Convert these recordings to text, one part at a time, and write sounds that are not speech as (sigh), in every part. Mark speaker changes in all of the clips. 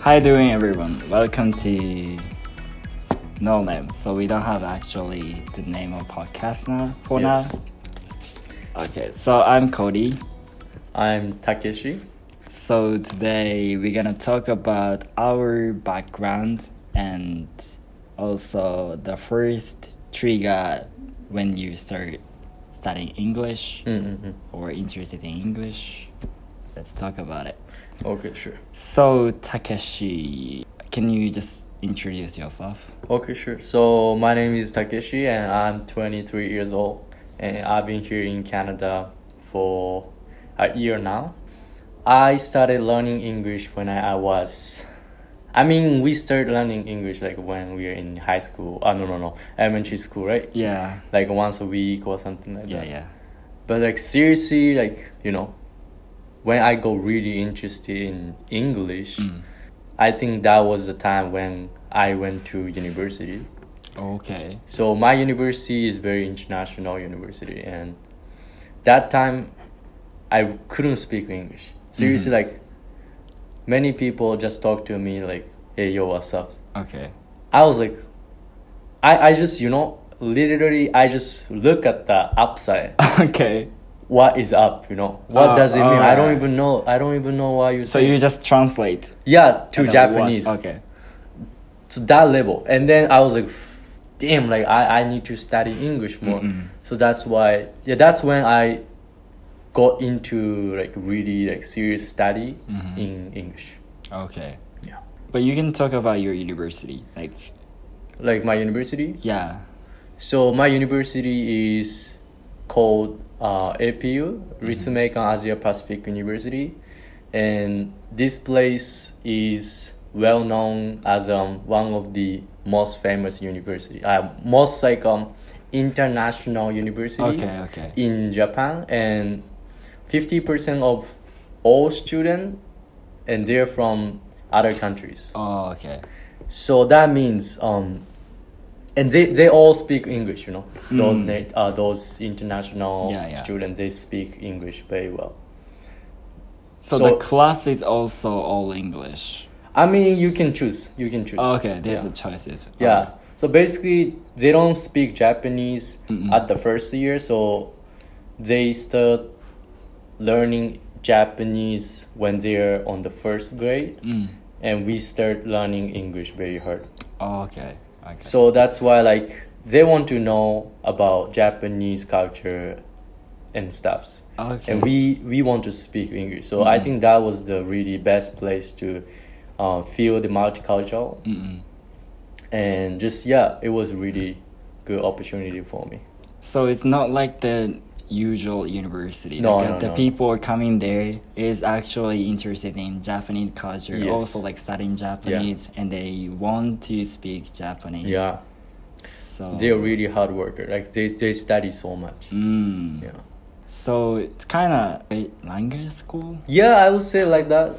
Speaker 1: Hi doing everyone. Welcome to No Name. So we don't have actually the name of podcast now for
Speaker 2: Yes.
Speaker 1: now. Okay, so I'm Cody.
Speaker 2: I'm Takeshi.
Speaker 1: So today we're gonna talk about our background and also the first trigger when you start studying English
Speaker 2: Mm-hmm.
Speaker 1: or interested in English. Let's talk about it.
Speaker 2: Okay, sure.
Speaker 1: So Takeshi, can you just introduce yourself?
Speaker 2: Okay, sure. So my name is Takeshi, and I'm 23 years old, and I've been here in Canada for a year now. I started learning English when I, I was, I mean, we started learning English like when we were in high school. Oh no, no, no, elementary school, right?
Speaker 1: Yeah.
Speaker 2: Like once a week or something like
Speaker 1: Yeah,
Speaker 2: that.
Speaker 1: yeah.
Speaker 2: But like seriously, like you know, when I got really interested in English.
Speaker 1: Mm.
Speaker 2: I think that was the time when I went to university.
Speaker 1: Okay.
Speaker 2: So my university is very international university, and that time I couldn't speak English. Seriously,
Speaker 1: Mhm.
Speaker 2: like many people just talk to me like, "Hey, yo, what's up?"
Speaker 1: Okay.
Speaker 2: I was like, I I just you know literally I just look at the upside.
Speaker 1: (laughs) okay.
Speaker 2: what is up? You know what
Speaker 1: Oh,
Speaker 2: does it mean? I don't
Speaker 1: alright.
Speaker 2: even know. I don't even know why you.
Speaker 1: So
Speaker 2: say-
Speaker 1: you just translate
Speaker 2: yeah to
Speaker 1: the
Speaker 2: Japanese.
Speaker 1: words. Okay.
Speaker 2: to that level and then i was like damn like i, I need to study english more
Speaker 1: Mm-mm.
Speaker 2: so that's why yeah that's when i got into like really like serious study
Speaker 1: Mhm.
Speaker 2: in english
Speaker 1: Okay.
Speaker 2: yeah
Speaker 1: But you can talk about your university. Like
Speaker 2: like my university
Speaker 1: yeah.
Speaker 2: so my university is called uh, apu ritsumeikan asia pacific university and this place is well known as um, one of the most famous university uh, most like um, international university
Speaker 1: Okay, okay.
Speaker 2: in japan and 50% of all students and they're from other countries
Speaker 1: Oh okay.
Speaker 2: so that means um and they, they all speak english you know
Speaker 1: Mm.
Speaker 2: those na- uh, those international
Speaker 1: Yeah, yeah.
Speaker 2: students they speak english very well
Speaker 1: So,
Speaker 2: So-
Speaker 1: the class is also all English.
Speaker 2: i mean you can choose you can choose
Speaker 1: Oh, okay, there's
Speaker 2: yeah.
Speaker 1: a choices.
Speaker 2: yeah so basically they don't speak japanese
Speaker 1: Mm-mm.
Speaker 2: at the first year so they start learning japanese when they're on the first grade
Speaker 1: Mm.
Speaker 2: and we start learning english very hard
Speaker 1: Oh, okay. Okay.
Speaker 2: So that's why like they want to know about Japanese culture and stuffs.
Speaker 1: okay.
Speaker 2: And we we want to speak English. So I
Speaker 1: Mhm.
Speaker 2: think that was the really best place to uh, feel the multicultural
Speaker 1: Mm-mm.
Speaker 2: and just yeah, it was really good opportunity for me.
Speaker 1: So it's not like the usual university.
Speaker 2: No,
Speaker 1: like, uh,
Speaker 2: no,
Speaker 1: the, the
Speaker 2: no.
Speaker 1: people coming there is actually interested in Japanese culture,
Speaker 2: Yes.
Speaker 1: also like studying Japanese, and they want to speak Japanese.
Speaker 2: Yeah.
Speaker 1: So
Speaker 2: They're really hard worker. Like they they study so much.
Speaker 1: Oh. Mm.
Speaker 2: Yeah.
Speaker 1: So it's kind of language school.
Speaker 2: Yeah, I would say like that.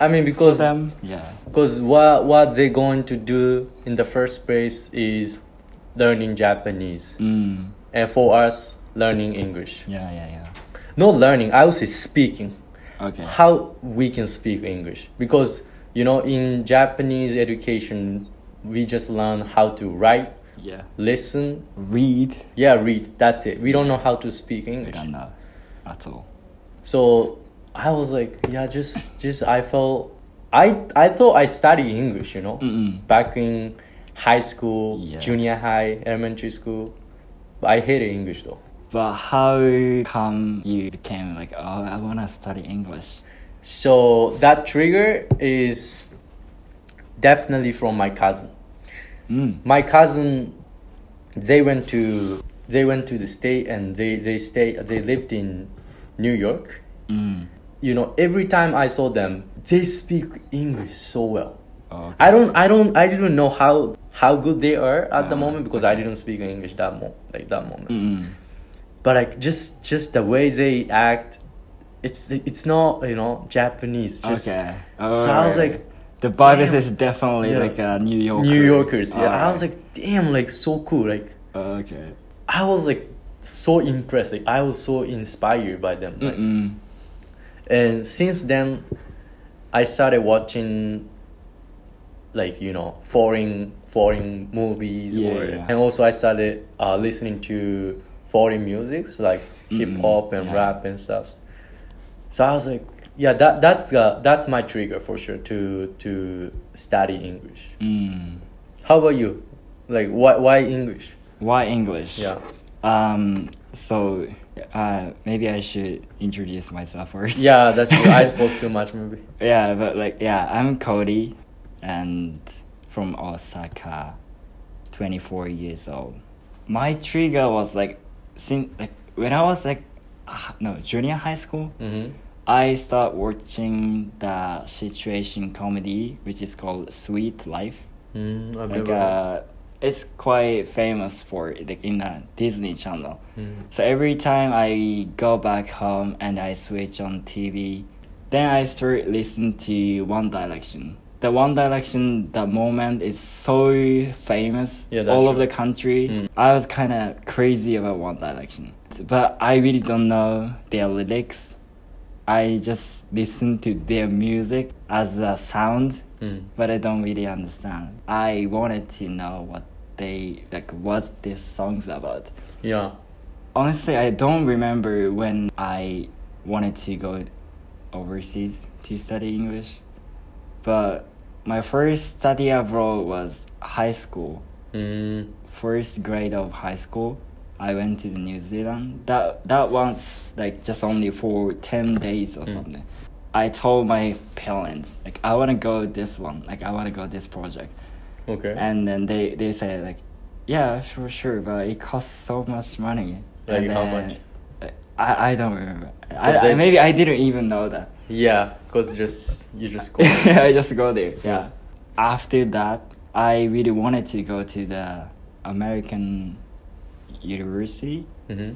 Speaker 2: I mean because
Speaker 1: Them. Yeah.
Speaker 2: Because what what they going to do in the first place is learning Japanese,
Speaker 1: Mm.
Speaker 2: and for us learning English.
Speaker 1: Yeah. Yeah.
Speaker 2: Not learning, I would say speaking.
Speaker 1: Yeah. Okay.
Speaker 2: How we can speak English because you know in Japanese education we just learn how to write,
Speaker 1: Yeah.
Speaker 2: listen,
Speaker 1: Read.
Speaker 2: yeah, read. That's it. We don't know how to speak
Speaker 1: We
Speaker 2: English.
Speaker 1: don't know at all.
Speaker 2: So I was like, yeah, just just I felt I I thought I studied English, you know,
Speaker 1: Mm-mm.
Speaker 2: back in high school,
Speaker 1: Yeah.
Speaker 2: junior high, elementary school. But I hated English though.
Speaker 1: But how come you became like, oh, I wanna study English?
Speaker 2: So that trigger is definitely from my cousin.
Speaker 1: Mm.
Speaker 2: My cousin, they went to they went to the state and they they stay they lived in New York.
Speaker 1: Mm.
Speaker 2: You know, every time I saw them, they speak English so well.
Speaker 1: Okay.
Speaker 2: I don't I don't I didn't know how how good they are at the
Speaker 1: Ah,
Speaker 2: moment because I
Speaker 1: okay.
Speaker 2: didn't speak English that mo- like that moment.
Speaker 1: Mm.
Speaker 2: But like just just the way they act, it's it's not you know Japanese. Just
Speaker 1: okay.
Speaker 2: So I was
Speaker 1: Alright.
Speaker 2: like,
Speaker 1: the Bibles
Speaker 2: damn.
Speaker 1: is definitely
Speaker 2: Yeah.
Speaker 1: like a New Yorker.
Speaker 2: New Yorkers. Yeah, I
Speaker 1: Alright.
Speaker 2: was like, damn, like so cool. Like
Speaker 1: Oh, okay.
Speaker 2: I was like so impressed. Like I was so inspired by them. Like,
Speaker 1: Mm.
Speaker 2: and since then, I started watching like you know foreign foreign movies
Speaker 1: Yeah,
Speaker 2: or
Speaker 1: yeah.
Speaker 2: and also I started uh, listening to foreign musics like hip hop and
Speaker 1: Mm, yeah.
Speaker 2: rap and stuff. So I was like, yeah, that that's uh, that's my trigger for sure to to study English.
Speaker 1: Mm.
Speaker 2: How about you? Like why why English?
Speaker 1: Why English?
Speaker 2: Yeah.
Speaker 1: Um. So, uh, maybe I should introduce myself first.
Speaker 2: Yeah, that's
Speaker 1: (laughs)
Speaker 2: true. I spoke too much maybe.
Speaker 1: Yeah, but like, yeah, I'm Cody, and from Osaka, twenty four years old. My trigger was like, since like when I was like, ah, no, junior high school.
Speaker 2: Mm-hmm.
Speaker 1: I start watching the situation comedy, which is called Sweet Life.
Speaker 2: Mm, I've
Speaker 1: Like,
Speaker 2: never
Speaker 1: uh, it's quite famous for like in the Disney Channel.
Speaker 2: Mm.
Speaker 1: So every time I go back home and I switch on TV, then I start listening to One Direction. The One Direction, the moment is so famous
Speaker 2: Yeah, that's
Speaker 1: all over
Speaker 2: true.
Speaker 1: the country.
Speaker 2: Mm.
Speaker 1: I was kind of crazy about One Direction, but I really don't know their lyrics. I just listen to their music as a sound
Speaker 2: Mm.
Speaker 1: but I don't really understand. I wanted to know what they like what's this song's about.
Speaker 2: Yeah.
Speaker 1: Honestly, I don't remember when I wanted to go overseas to study English. But my first study abroad was high school.
Speaker 2: Mm.
Speaker 1: First grade of high school, I went to New Zealand. That that was like just only for 10 days or
Speaker 2: Mm.
Speaker 1: something. I told my parents like I want to go this one, like I want to go this project
Speaker 2: Okay.
Speaker 1: and then they they say like yeah sure sure but it costs so much money And
Speaker 2: Like how
Speaker 1: then- uh,
Speaker 2: much?
Speaker 1: i i don't remember
Speaker 2: So
Speaker 1: I, I
Speaker 2: they-
Speaker 1: maybe i didn't even know that
Speaker 2: yeah, cause just you
Speaker 1: (laughs)
Speaker 2: just go.
Speaker 1: i just go there
Speaker 2: Yeah.
Speaker 1: yeah after that i really wanted to go to the american university
Speaker 2: mm-hmm.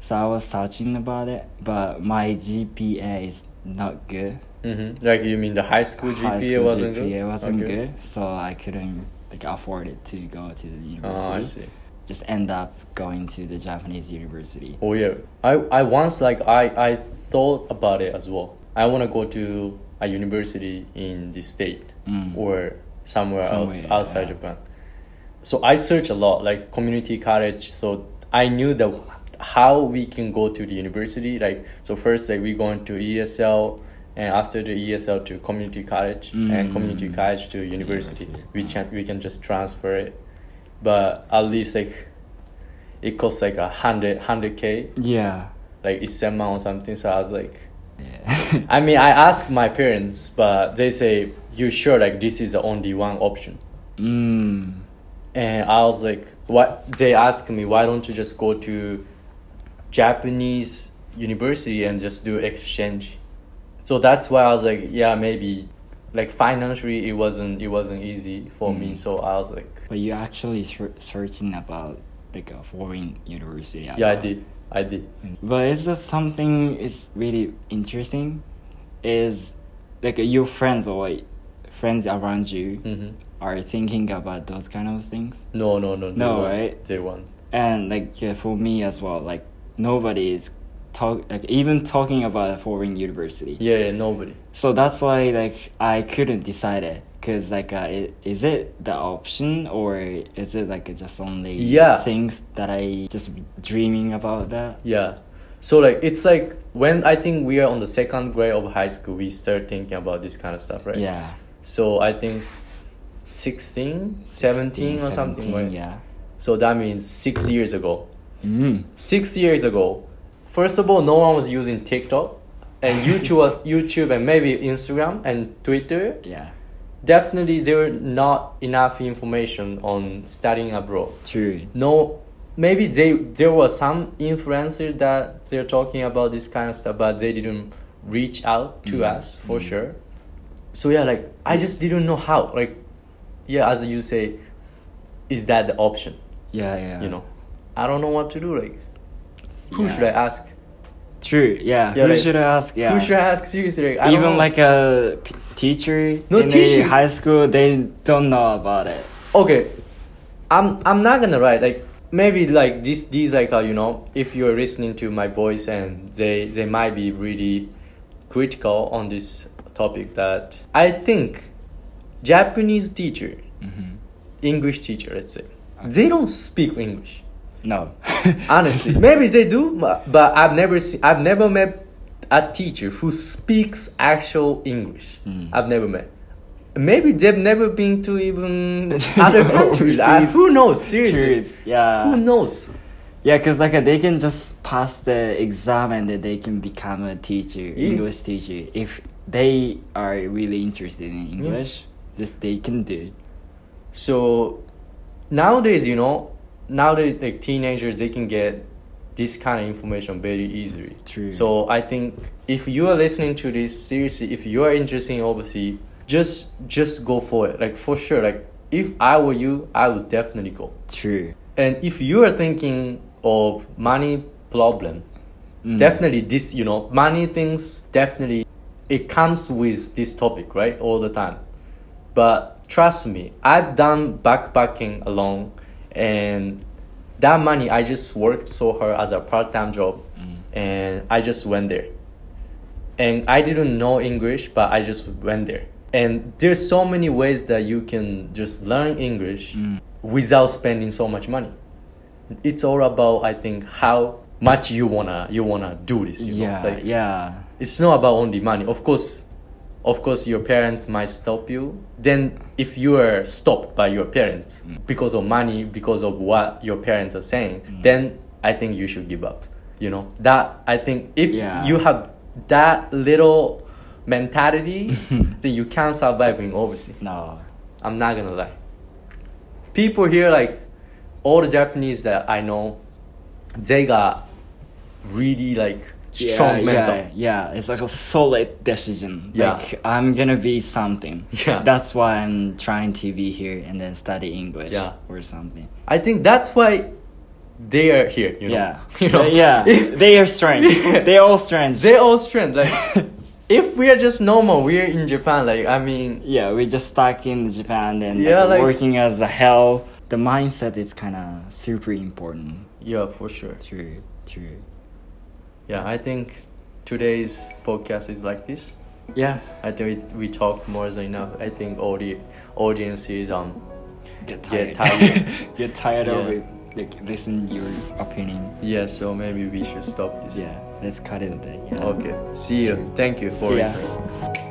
Speaker 1: so i was searching about it but my gpa is not good
Speaker 2: Mm-hmm. Like you mean the high school GPA wasn't
Speaker 1: GPA
Speaker 2: good?
Speaker 1: wasn't
Speaker 2: Okay.
Speaker 1: good so i couldn't like afford it to go to the university
Speaker 2: Oh, I see.
Speaker 1: just end up going to the Japanese university.
Speaker 2: Oh yeah. I, I once like I, I thought about it as well. I wanna go to a university in the state
Speaker 1: Mm.
Speaker 2: or somewhere, else
Speaker 1: Somewhere,
Speaker 2: outside
Speaker 1: yeah.
Speaker 2: Japan. So I searched a lot, like community college. So I knew that how we can go to the university. Like so first like we going to ESL and after the ESL to community college and community
Speaker 1: Mm.
Speaker 2: college to university.
Speaker 1: university.
Speaker 2: We
Speaker 1: Mm.
Speaker 2: can we can just transfer it. But at least like it costs like a hundred hundred K,
Speaker 1: Yeah.
Speaker 2: like Isema or something. So I was like
Speaker 1: Yeah.
Speaker 2: I mean, I asked my parents, but they say, "You sure? Like this is the only one option."
Speaker 1: (laughs) mm.
Speaker 2: And I was like, "What?" They asked me, "Why don't you just go to Japanese university and just do exchange?" So that's why I was like, "Yeah, maybe." Like financially, it wasn't it wasn't easy for me.
Speaker 1: Mhm.
Speaker 2: So I was like,
Speaker 1: But you actually ser- searching about like a foreign university.
Speaker 2: "Yeah, I
Speaker 1: abroad.
Speaker 2: did, I did."
Speaker 1: But is that something is really interesting? Is like your friends or friends around you
Speaker 2: hmm
Speaker 1: are thinking about those kind of things?
Speaker 2: No, no, no. they
Speaker 1: No,
Speaker 2: won't.
Speaker 1: right?
Speaker 2: They won't.
Speaker 1: and like yeah, for me as well like nobody is talk like even talking about a foreign university
Speaker 2: Yeah, yeah, nobody.
Speaker 1: so that's why like i couldn't decide it because like uh, i is it the option or is it like just only
Speaker 2: Yeah.
Speaker 1: things that i just dreaming about that
Speaker 2: Yeah. So like it's like when I think we are on the second grade of high school, we start thinking about this kind of stuff, right?
Speaker 1: yeah
Speaker 2: So I think 16, 17 or something,
Speaker 1: 17,
Speaker 2: right?
Speaker 1: yeah
Speaker 2: So that means six years ago. Hmm.
Speaker 1: mm.
Speaker 2: Six years ago, first of all, no one was using TikTok
Speaker 1: (laughs)
Speaker 2: and YouTube, YouTube and maybe Instagram and Twitter.
Speaker 1: yeah
Speaker 2: Definitely, there were not enough information on studying abroad
Speaker 1: true
Speaker 2: no maybe they there was some influencer that they're talking about this kind of stuff but they didn't reach out to
Speaker 1: Mhm.
Speaker 2: us for
Speaker 1: Mhm.
Speaker 2: sure so yeah like i just didn't know how like yeah as you say is that the option
Speaker 1: yeah yeah
Speaker 2: you know i don't know what to do like who
Speaker 1: Yeah.
Speaker 2: should i ask
Speaker 1: true yeah,
Speaker 2: Yeah,
Speaker 1: who
Speaker 2: like-
Speaker 1: should i ask yeah
Speaker 2: who should i ask seriously like, I don't
Speaker 1: even
Speaker 2: know.
Speaker 1: like a p- teacher
Speaker 2: No,
Speaker 1: in the
Speaker 2: teacher.
Speaker 1: high school they don't know about it
Speaker 2: okay i'm i'm not gonna write like maybe like this these like uh, you know if you're listening to my voice and they they might be really critical on this topic that i think Japanese teacher, Mm-hmm.
Speaker 1: hmm
Speaker 2: English teacher, let's say,
Speaker 1: Okay.
Speaker 2: they don't speak English.
Speaker 1: No.
Speaker 2: (laughs)
Speaker 1: (laughs)
Speaker 2: Honestly, maybe they do, bu- but I've never seen, I've never met a teacher who speaks actual English.
Speaker 1: Mm.
Speaker 2: I've never met. Maybe they've never been to even other countries. I-
Speaker 1: Overseas.
Speaker 2: who knows? Seriously,
Speaker 1: Curious. Yeah.
Speaker 2: who knows?
Speaker 1: Yeah, because like uh, they can just pass the exam and then they can become a teacher,
Speaker 2: Yeah.
Speaker 1: English teacher. If they are really interested in English, this they can do.
Speaker 2: So nowadays, you know, nowadays like teenagers they can get this kind of information very easily.
Speaker 1: True.
Speaker 2: So I think if you are listening to this seriously, if you are interested in overseas, just just go for it. Like for sure. Like if I were you, I would definitely go.
Speaker 1: True.
Speaker 2: And if you are thinking of money problem,
Speaker 1: Mm.
Speaker 2: definitely this you know money things definitely it comes with this topic right all the time but trust me i've done backpacking alone and that money i just worked so hard as a part-time job and i just went there and i didn't know english but i just went there and there's so many ways that you can just learn english without spending so much money it's all about i think how much you wanna you wanna do this you
Speaker 1: Yeah.
Speaker 2: know? like
Speaker 1: yeah.
Speaker 2: it's not about only money of course of course your parents might stop you then if you are stopped by your parents
Speaker 1: Mm.
Speaker 2: because of money because of what your parents are saying
Speaker 1: Mm.
Speaker 2: then i think you should give up you know that i think if
Speaker 1: Yeah.
Speaker 2: you have that little
Speaker 1: (laughs)
Speaker 2: mentality then you can't survive in overseas
Speaker 1: No.
Speaker 2: I'm not gonna lie. People here, like all the Japanese that I know, they got really like
Speaker 1: Yeah,
Speaker 2: strong mental.
Speaker 1: yeah, yeah. It's like a solid decision.
Speaker 2: Yeah.
Speaker 1: Like I'm gonna be something.
Speaker 2: Yeah.
Speaker 1: That's why I'm trying to be here and then study English
Speaker 2: Yeah.
Speaker 1: or something.
Speaker 2: I think that's why they are here. You know?
Speaker 1: Yeah.
Speaker 2: (laughs) You know?
Speaker 1: Yeah.
Speaker 2: If-
Speaker 1: they are strange.
Speaker 2: (laughs) Yeah.
Speaker 1: They all strange.
Speaker 2: they all strength. Like if we are just normal, we're in Japan. Like I mean,
Speaker 1: (laughs) Yeah, we just stuck in Japan and
Speaker 2: Yeah,
Speaker 1: like,
Speaker 2: like-
Speaker 1: working as a hell. The mindset is kind of super important.
Speaker 2: yeah, for sure.
Speaker 1: True, true.
Speaker 2: Yeah, I think today's podcast is like this.
Speaker 1: Yeah,
Speaker 2: I think we, we talked more than enough. I think all the audience is um
Speaker 1: get tired.
Speaker 2: Get tired.
Speaker 1: (laughs) Get tired of
Speaker 2: Yeah.
Speaker 1: it. Like, listen your opinion.
Speaker 2: yeah. So maybe we should stop this.
Speaker 1: Yeah, let's cut it a bit. Yeah.
Speaker 2: Okay. See you.
Speaker 1: Sure.
Speaker 2: Thank you for
Speaker 1: See ya.
Speaker 2: listening.